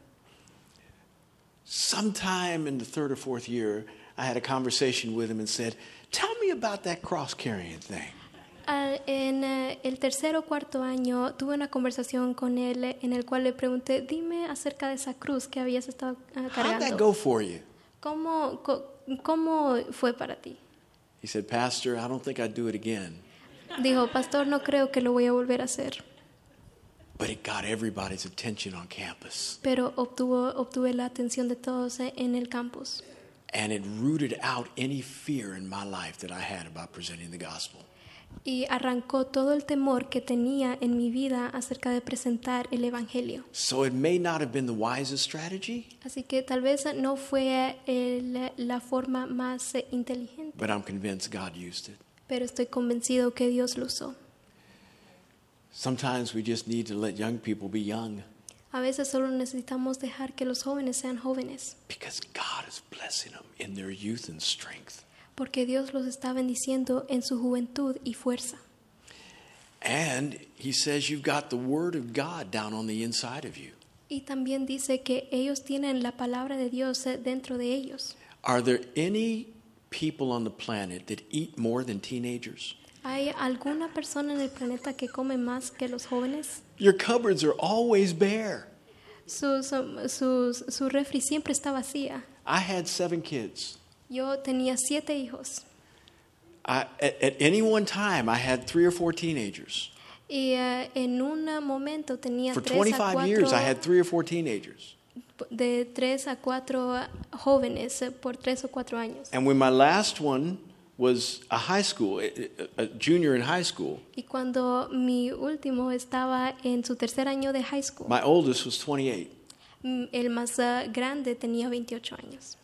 A: sometime in the third or fourth year, I had a conversation with him and said, Tell me about that cross carrying thing.
B: Al- en eh, el tercer o cuarto año tuve una conversación con él eh, en el cual le pregunté, dime acerca de esa cruz que habías estado ah,
A: How'd that
B: cargando.
A: go for you?
B: ¿Cómo, co- ¿Cómo fue para ti?
A: He said, Pastor, I don't think I'd do it again.
B: Dijo, pastor, no creo que lo voy a volver a hacer,
A: But it got everybody's attention on campus.
B: pero obtuvo, obtuve la atención de todos eh, en el campus.
A: And it rooted out any fear in my life that I had about presenting the gospel.
B: y arrancó todo el temor que tenía en mi vida acerca de presentar el Evangelio.
A: So it may not have been the wisest strategy,
B: Así que tal vez no fue el- la forma más eh, inteligente,
A: but I'm convinced God used it.
B: pero estoy convencido que Dios lo usó.
A: Sometimes we just need to let young people be young
B: A veces solo necesitamos dejar que los jóvenes sean jóvenes,
A: because God is blessing them in their youth and strength.
B: porque Dios los está bendiciendo en su juventud y fuerza.
A: And he says you've got the word of God down on the inside of you.
B: Y también dice que ellos tienen la palabra de Dios eh, dentro de ellos.
A: Are there any people on the planet that eat more than teenagers?
B: ¿Hay alguna persona en el planeta que come más que los jóvenes?
A: Your cupboards are always bare.
B: Su, su, su- su refri siempre está vacía.
A: I had seven kids.
B: Yo tenía siete hijos
A: I, at, at any one time, I had three or four teenagers.
B: y eh, en un momento tenía
A: For
B: tres a
A: 25 years, I had
B: cuatro,
A: three or four teenagers.
B: de tres a cuatro jóvenes eh, por tres o cuatro años.
A: And when my last one was a high school, a- a a junior in high school,
B: Y cuando mi último estaba en su tercer año de high school,
A: my oldest was 28.
B: mm, el más eh, grande tenía 28 años.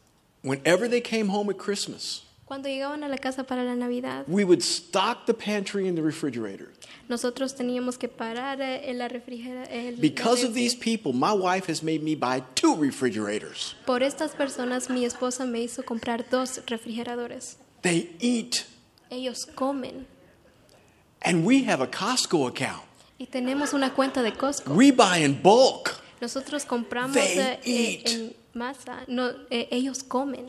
A: Whenever they came home at Christmas,
B: Cuando llegaban a la casa para la Navidad,
A: we would stock the pantry and the refrigerator.
B: nosotros teníamos que parar eh, en la refrigeración.
A: Because of these people, my wife has made me buy two refrigerators.
B: Por estas personas mi esposa me hizo comprar dos refrigeradores.
A: They eat.
B: Ellos comen
A: And we have a Costco account.
B: y tenemos una cuenta de Costco.
A: We buy in bulk.
B: Nosotros compramos
A: They
B: eh, eh,
A: eat.
B: en masa, no, eh, ellos comen.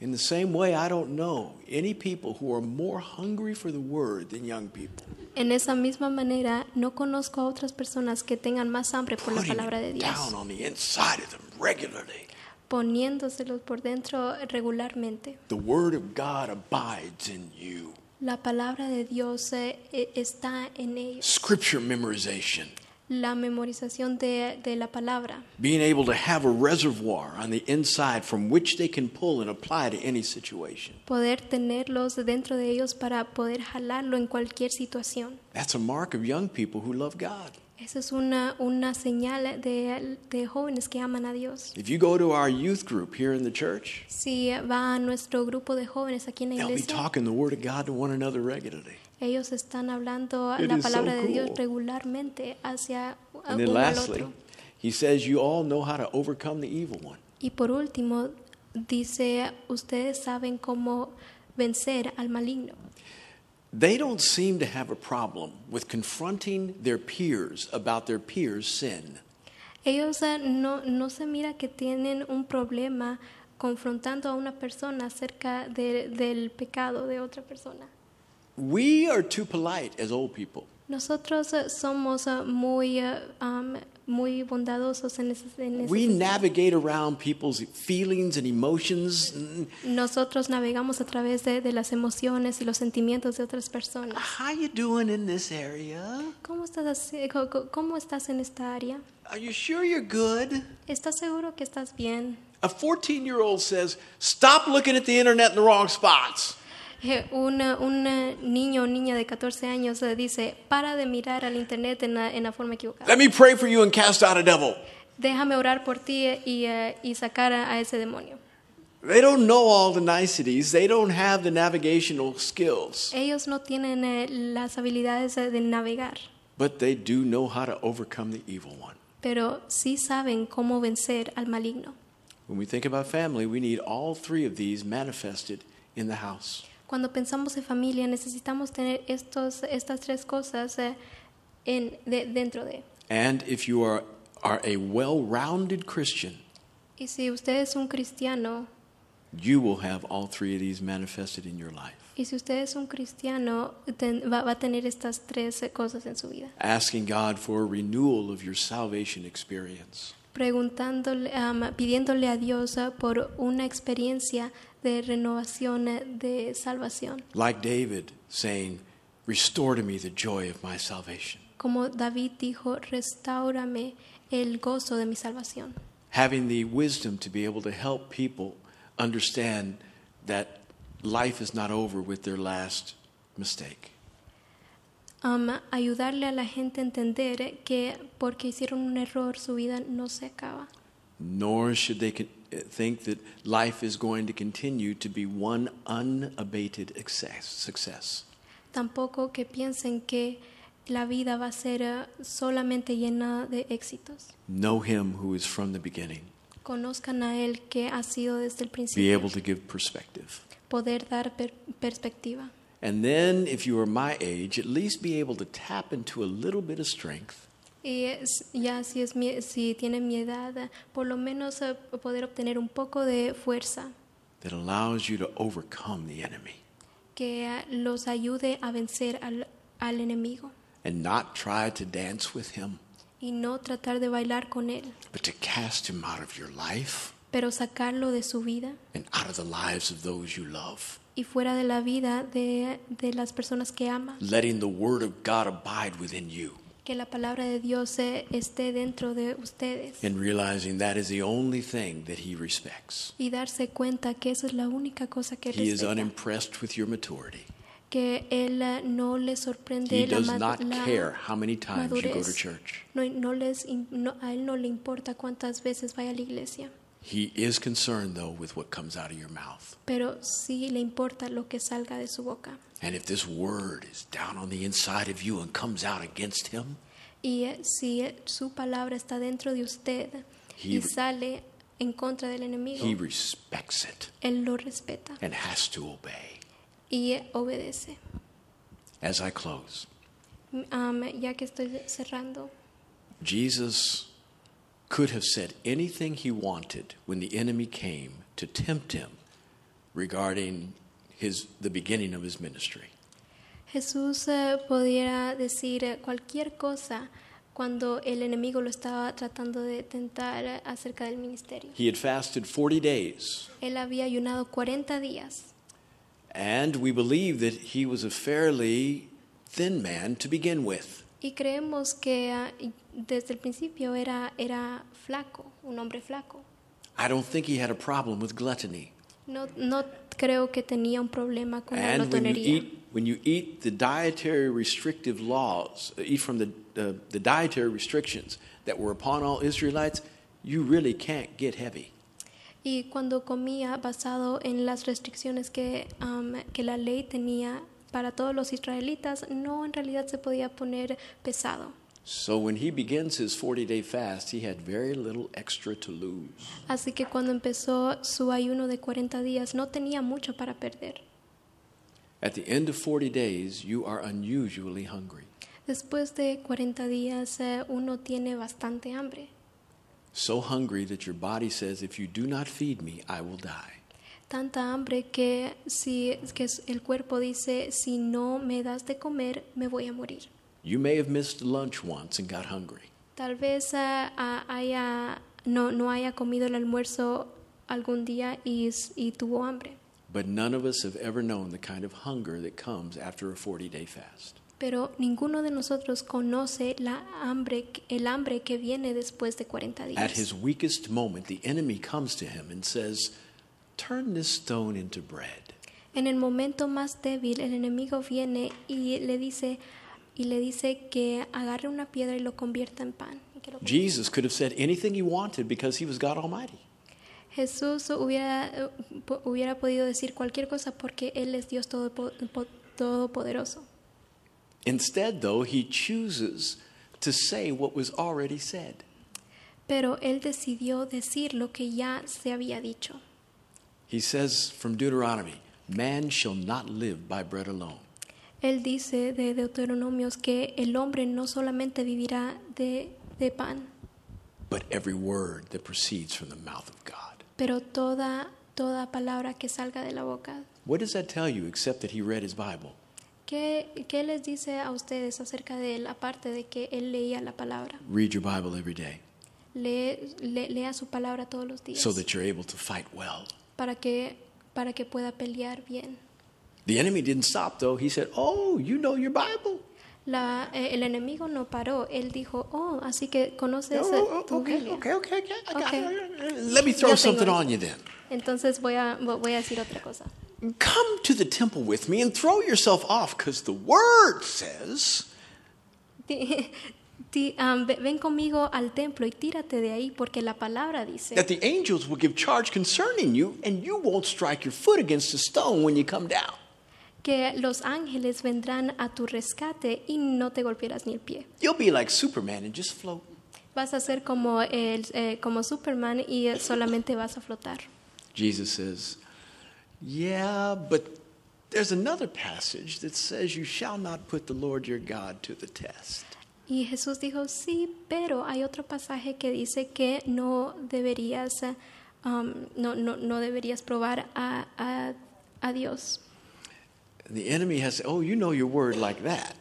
A: In the same way, I don't know any people who are more hungry for the word than young people.
B: En esa misma manera, no conozco a otras personas que tengan más hambre por la
A: Putting
B: palabra de
A: it
B: Dios,
A: down on the inside of them regularly.
B: poniéndoselos por dentro regularmente.
A: The word of God abides in you.
B: La palabra de Dios eh, eh, está en ellos.
A: Scripture memorization,
B: La memorización de, de la palabra,
A: being able to have a reservoir on the inside from which they can pull and apply to any situation.
B: poder tenerlos dentro de ellos para poder jalarlo en cualquier situación.
A: That's a mark of young people who love God.
B: Esa es una, una señal de, de jóvenes que aman a Dios.
A: If you go to our youth group here in the church,
B: Si va a nuestro grupo de jóvenes aquí en la
A: they'll be
B: iglesia,
A: talking the word of God to one another regularly.
B: ellos están hablando
A: It
B: la
A: is so
B: palabra de Dios
A: cool.
B: regularmente hacia
A: And then
B: Oh, uno al
A: lastly,
B: otro.
A: he says, You all know how to overcome the evil one.
B: Y por último, dice, ustedes saben cómo vencer al maligno.
A: They don't seem to have a problem with confronting their peers about their peers' sin.
B: Ellos eh, no, no se mira que tienen un problema confrontando a una persona acerca de- del pecado de otra persona.
A: We are too polite as old people.
B: Nosotros eh, somos eh, muy, eh, um, muy bondadosos en ese, en ese
A: We
B: sentido.
A: navigate around people's feelings and emotions. Mm,
B: Nosotros navegamos a través de, de las emociones y los sentimientos de otras personas.
A: How you doing in this area?
B: ¿Cómo estás, así- co- co- cómo estás en esta área?
A: Are you sure you're good?
B: ¿Estás seguro que estás bien?
A: A 14-year-old says, "Stop looking at the internet in the wrong spots."
B: Eh, Una, un eh, niño o niña de 14 años eh, dice, para de mirar al Internet en la, en la forma equivocada.
A: Let me pray for you and cast out a devil.
B: Déjame orar por ti eh, y, eh, y sacar a, a ese demonio.
A: They don't know all the niceties. They don't have the navigational skills,
B: Ellos no tienen eh, las habilidades eh, de navegar,
A: but they do know how to overcome the evil one.
B: pero sí saben cómo vencer al maligno.
A: When we think about family, we need all three of these manifested in the house.
B: Cuando pensamos en familia, necesitamos tener estos, estas tres cosas eh, en, de- dentro de.
A: And if you are, are a well rounded Christian,
B: Y si usted es un cristiano,
A: you will have all three of these manifested in your life.
B: y si usted es un cristiano, ten- va, va a tener estas tres eh, cosas en su vida.
A: Asking God for a renewal of your salvation experience.
B: preguntándole, am, pidiéndole a Dios ah, por una experiencia de renovación, eh, de salvación.
A: Like David saying, Restore to me the joy of my salvation.
B: Como David dijo, restaurame el gozo de mi salvación.
A: Having the wisdom to be able to help people understand that life is not over with their last mistake.
B: Am, um, ayudarle a la gente a entender eh, que porque hicieron un error su vida no se acaba.
A: nor should they con- think that life is going to continue to be one unabated success. success.
B: Tampoco que piensen que la vida va a ser eh, solamente llena de éxitos.
A: Know Him who is from the beginning.
B: Conozcan a Él que ha sido desde el
A: Be
B: principio.
A: able to give perspective.
B: Poder dar per- perspectiva.
A: And then, if you are my age, at least be able to tap into a little bit of strength
B: Y es- ya si, es mi- si tiene mi edad, eh, por lo menos eh, poder obtener un poco de fuerza
A: that allows you to overcome the enemy
B: que eh, los ayude a vencer al, al enemigo
A: and not try to dance with him,
B: y no tratar de bailar con él,
A: but to cast him out of your life
B: pero sacarlo de su vida
A: and out of the lives of those you love,
B: y fuera de la vida de, de las personas que ama.
A: letting the Word of God abide within you.
B: Que la palabra de Dios eh, esté dentro de ustedes
A: and realizing that is the only thing that he respects.
B: y darse cuenta que esa es la única cosa que
A: He is
B: respeta,
A: unimpressed with your maturity.
B: que él eh, no le
A: He
B: sorprende la,
A: does
B: ma-
A: not
B: la-
A: care how many times you go to
B: madurez.
A: church.
B: No, no les, im- no- a él no le importa cuántas veces vaya a la iglesia,
A: He is concerned, though, with what comes out of your mouth.
B: pero sí le importa lo que salga de su boca.
A: And if this word is down on the inside of you and comes out against him,
B: Y eh, si eh, su palabra está dentro de usted
A: He-
B: y sale en contra del enemigo,
A: he respects it
B: él lo respeta
A: and has to obey.
B: y eh, obedece.
A: As I close,
B: Am, ya que estoy cerrando,
A: Jesus could have said anything he wanted when the enemy came to tempt him regarding his, the beginning of his ministry.
B: Jesús eh, pudiera decir eh, cualquier cosa cuando el enemigo lo estaba tratando de tentar eh, acerca del ministerio.
A: He had fasted 40 days,
B: Él había ayunado 40 días
A: and we believe that he was a fairly thin man to begin with.
B: y creemos que ah, y- desde el principio era, era flaco, un hombre flaco.
A: I don't think he had a problem with gluttony.
B: No, no creo que tenía un problema con la
A: and when you
B: glotonería.
A: eat when you eat the dietary restrictive laws eat from the uh, the dietary restrictions that were upon all israelites you really can't get heavy
B: Y cuando comía basado en las restricciones que, am, que la ley tenía para todos los israelitas, no en realidad se podía poner pesado.
A: so when he begins his 40 day fast he had very little extra to lose
B: Así que cuando empezó su ayuno de 40 días no tenía mucho para perder.
A: at the end of 40 days you are unusually hungry
B: Después de 40 días eh, uno tiene bastante hambre,
A: so hungry that your body says if you do not feed me i will die
B: tanta hambre que, si, que el cuerpo dice, si no me das de comer, me voy a morir.
A: you may have missed lunch once and got hungry
B: Tal vez ah, ah, haya, no, no haya comido el almuerzo algún día y, s- y tuvo hambre.
A: but none of us have ever known the kind of hunger that comes after a 40 day fast
B: Pero ninguno de nosotros conoce la hambre, el hambre que viene después de 40
A: At
B: días.
A: his weakest moment, the enemy comes to him and says, Turn this stone into bread.
B: En el momento más débil, el enemigo viene y le dice, y le dice que agarre una piedra y lo convierta en pan. y que lo coma.
A: Jesus could have said anything he wanted because he was God Almighty.
B: Jesús hubiera, eh, po- hubiera podido decir cualquier cosa porque Él es Dios todo, todopoderoso.
A: Instead, though, he chooses to say what was already said.
B: Pero él decidió decir lo que ya se había dicho.
A: He says from Deuteronomy, Man shall not live by bread alone.
B: Él dice de Deuteronomios que el hombre no solamente vivirá de, de pan,
A: But every word that proceeds from the mouth of God.
B: pero toda, toda palabra que salga de la boca.
A: What does that tell you except that he read his Bible?
B: ¿Qué, qué les dice a ustedes acerca de él, aparte de que él leía la palabra?
A: Read your Bible every day
B: Lee- le- lea su palabra todos los días
A: so that you're able to fight well.
B: para, que, para que pueda pelear bien.
A: The enemy didn't stop, though. He said, Oh, you know your Bible.
B: La- eh, el enemigo no paró, él dijo, oh, así que conoces
A: Oh,
B: eh,
A: oh,
B: tu
A: okay,
B: Biblia".
A: okay, okay, okay. I got
B: Okay.
A: it. Let me throw
B: Yo tengo
A: something
B: eso.
A: on you then.
B: Entonces voy a, vo- voy a decir otra cosa.
A: Come to the temple with me and throw yourself off because the word says.
B: Ti- ti- am, ve- ven conmigo al templo y tírate de ahí porque la palabra dice
A: That the angels will give charge concerning you, and you won't strike your foot against a stone when you come down.
B: que los ángeles vendrán a tu rescate y no te golpearás ni el pie.
A: You'll be like Superman and just float.
B: Vas a ser como, el, eh, como Superman y eh, solamente vas a flotar.
A: Jesus says, Yeah, but there's another passage that says, You shall not put the Lord your God to the test.
B: Y Jesús dijo, sí, pero hay otro pasaje que dice que no deberías, eh, am, no, no, no deberías probar a, a- a Dios.
A: The enemy has, Oh, you know your word like that.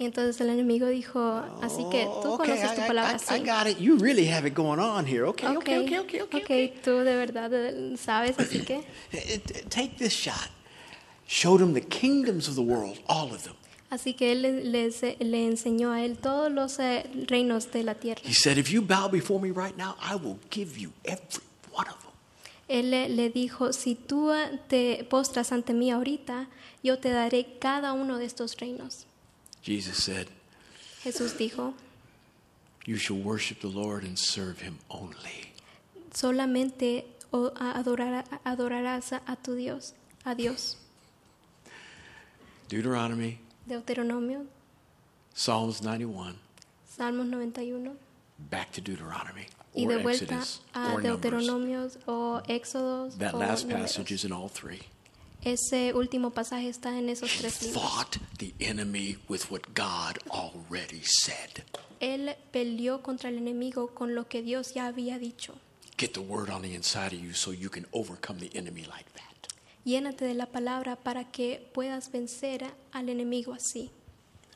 B: Y entonces el enemigo dijo, así que tú
A: Oh, okay,
B: conoces tu
A: I- I-
B: palabra
A: I-
B: así.
A: I got it. You really have it going on here. Okay,
B: Ok,
A: okay, okay, okay, okay.
B: ok, tú de verdad eh, sabes, así que
A: Eh, eh, Take this shot. Showed him the kingdoms of the world, all of them.
B: así que él le- les, eh, le enseñó a él todos los eh, reinos de la tierra.
A: He said, If you bow before me right now, I will give you every one of them.
B: Él le, le dijo, si tú eh, te postras ante mí ahorita, yo te daré cada uno de estos reinos.
A: Jesus said,
B: Jesús dijo,
A: You shall worship the Lord and serve him only.
B: solamente o- a- adorar- adorarás a tu Dios, a Dios.
A: Deuteronomy,
B: Deuteronomio,
A: Psalms 91,
B: Salmos 91,
A: back to Deuteronomy.
B: y
A: or
B: de vuelta
A: Exodus,
B: a
A: or Numbers.
B: Deuteronomios o Éxodos.
A: That
B: o
A: last
B: Números.
A: passage is in all three.
B: Ese último pasaje está en esos
A: He
B: tres libros.
A: fought the enemy with what God already said.
B: Él peleó contra el enemigo con lo que Dios ya había dicho.
A: Get the word on the inside of you so you can overcome the enemy like that.
B: Llénate de la palabra para que puedas vencer al enemigo así.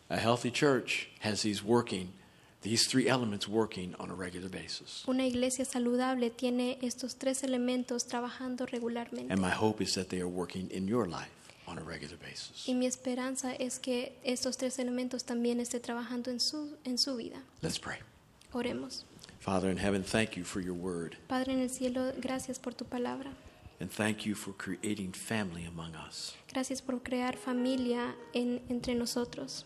A: A healthy church has these working, these three elements working on a regular basis.
B: Una iglesia saludable tiene estos tres elementos trabajando regularmente.
A: And my hope is that they are working in your life on a regular basis.
B: Y mi esperanza es que estos tres elementos también estén trabajando en su, en su vida.
A: Let's pray.
B: Oremos.
A: Father in heaven, thank you for your word,
B: Padre en el cielo, gracias por tu palabra.
A: and thank you for creating family among us.
B: Gracias por crear familia en- entre nosotros.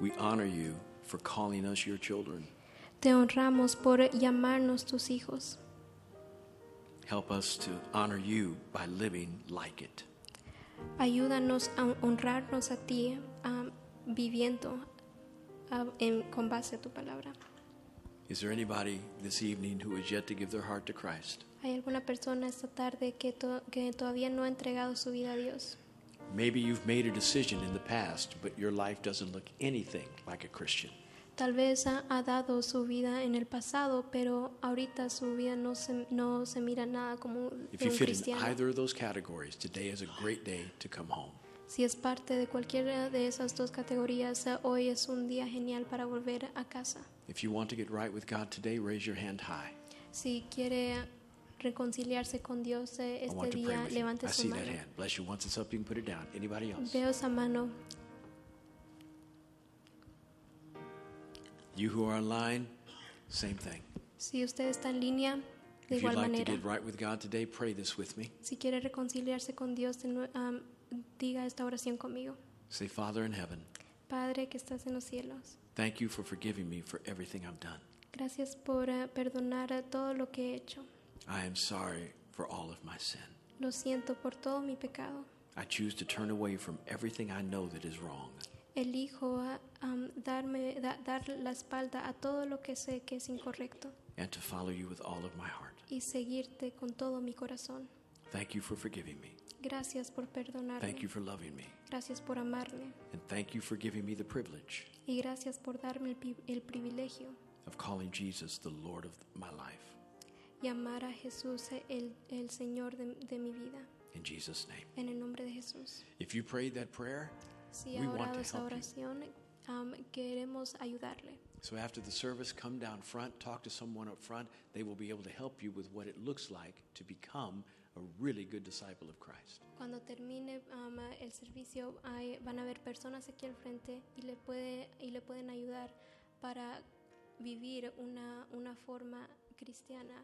A: We honor you for calling us your children.
B: Te honramos por llamarnos tus hijos.
A: Help us to honor you by living like it.
B: Ayúdanos a honrarnos a ti, a- viviendo a- en- con base a tu palabra.
A: Is there anybody this evening who is yet to give their heart to Christ?
B: ¿Hay alguna persona esta tarde que, to- que todavía no ha entregado su vida a Dios?
A: Maybe you've made a decision in the past, but your life doesn't look anything like a Christian.
B: Tal vez ha, ha dado su vida en el pasado, pero ahorita su vida no se, no se mira nada como
A: If
B: de
A: you
B: un
A: fit in
B: cristiano.
A: either of those categories, today is a great day to come home.
B: Si es parte de cualquiera de esas dos categorías, eh, hoy es un día genial para volver a casa.
A: If you want to get right with God today, raise your hand high.
B: Si quiere reconciliarse con Dios eh,
A: I
B: este
A: want to pray
B: día,
A: with you.
B: levante
A: I
B: su
A: see that
B: mano.
A: hand. Bless you. Once it's up, you can put it down. Anybody else?
B: Veo esa mano.
A: You who are online, same thing.
B: Si usted está en línea, de
A: If you'd
B: igual
A: like to
B: manera.
A: get right with God today, pray this with me.
B: Si quiere reconciliarse con Dios, de nue- am, diga esta oración conmigo.
A: Say, Father in heaven,
B: Padre que estás en los cielos,
A: thank you for forgiving me for everything I've done.
B: gracias por eh, perdonar a todo lo que he hecho.
A: I am sorry for all of my sin.
B: Lo siento por todo mi pecado.
A: I choose to turn away from everything I know that is wrong.
B: Elijo ah, am, darme, da- dar la espalda a todo lo que sé que es incorrecto
A: and to follow you with all of my heart.
B: y seguirte con todo mi corazón.
A: Thank you for forgiving me.
B: Gracias por perdonarme.
A: Thank you for loving me.
B: Gracias por amarme
A: And thank you for giving me the privilege
B: y gracias por darme el, pi- el privilegio
A: of calling Jesus the Lord of my life.
B: y amar a Jesús, eh, el, el Señor de, de mi vida.
A: In Jesus' name.
B: En el nombre de Jesús.
A: If you prayed that prayer,
B: Si
A: We
B: ha
A: want to
B: orado esa
A: help you.
B: oración, am, queremos ayudarle.
A: so after the service, come down front, talk to someone up front. They will be able to help you with what it looks like to become a really good disciple of Christ.
B: Cuando termine am, el servicio, hay- van a haber personas aquí al frente y le, puede, y le pueden ayudar para vivir una, una forma cristiana.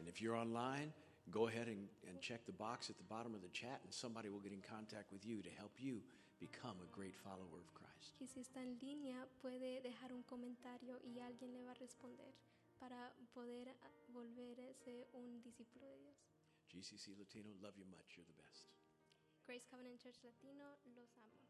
A: And if you're online, go ahead and, and check the box at the bottom of the chat, and somebody will get in contact with you to help you become a great follower of Christ.
B: Y si está en línea, puede dejar un comentario y alguien le va a responder para poder ah, volverse un discípulo de Dios.
A: GCC Latino, love you much. You're the best.
B: Grace Covenant Church Latino, los amo.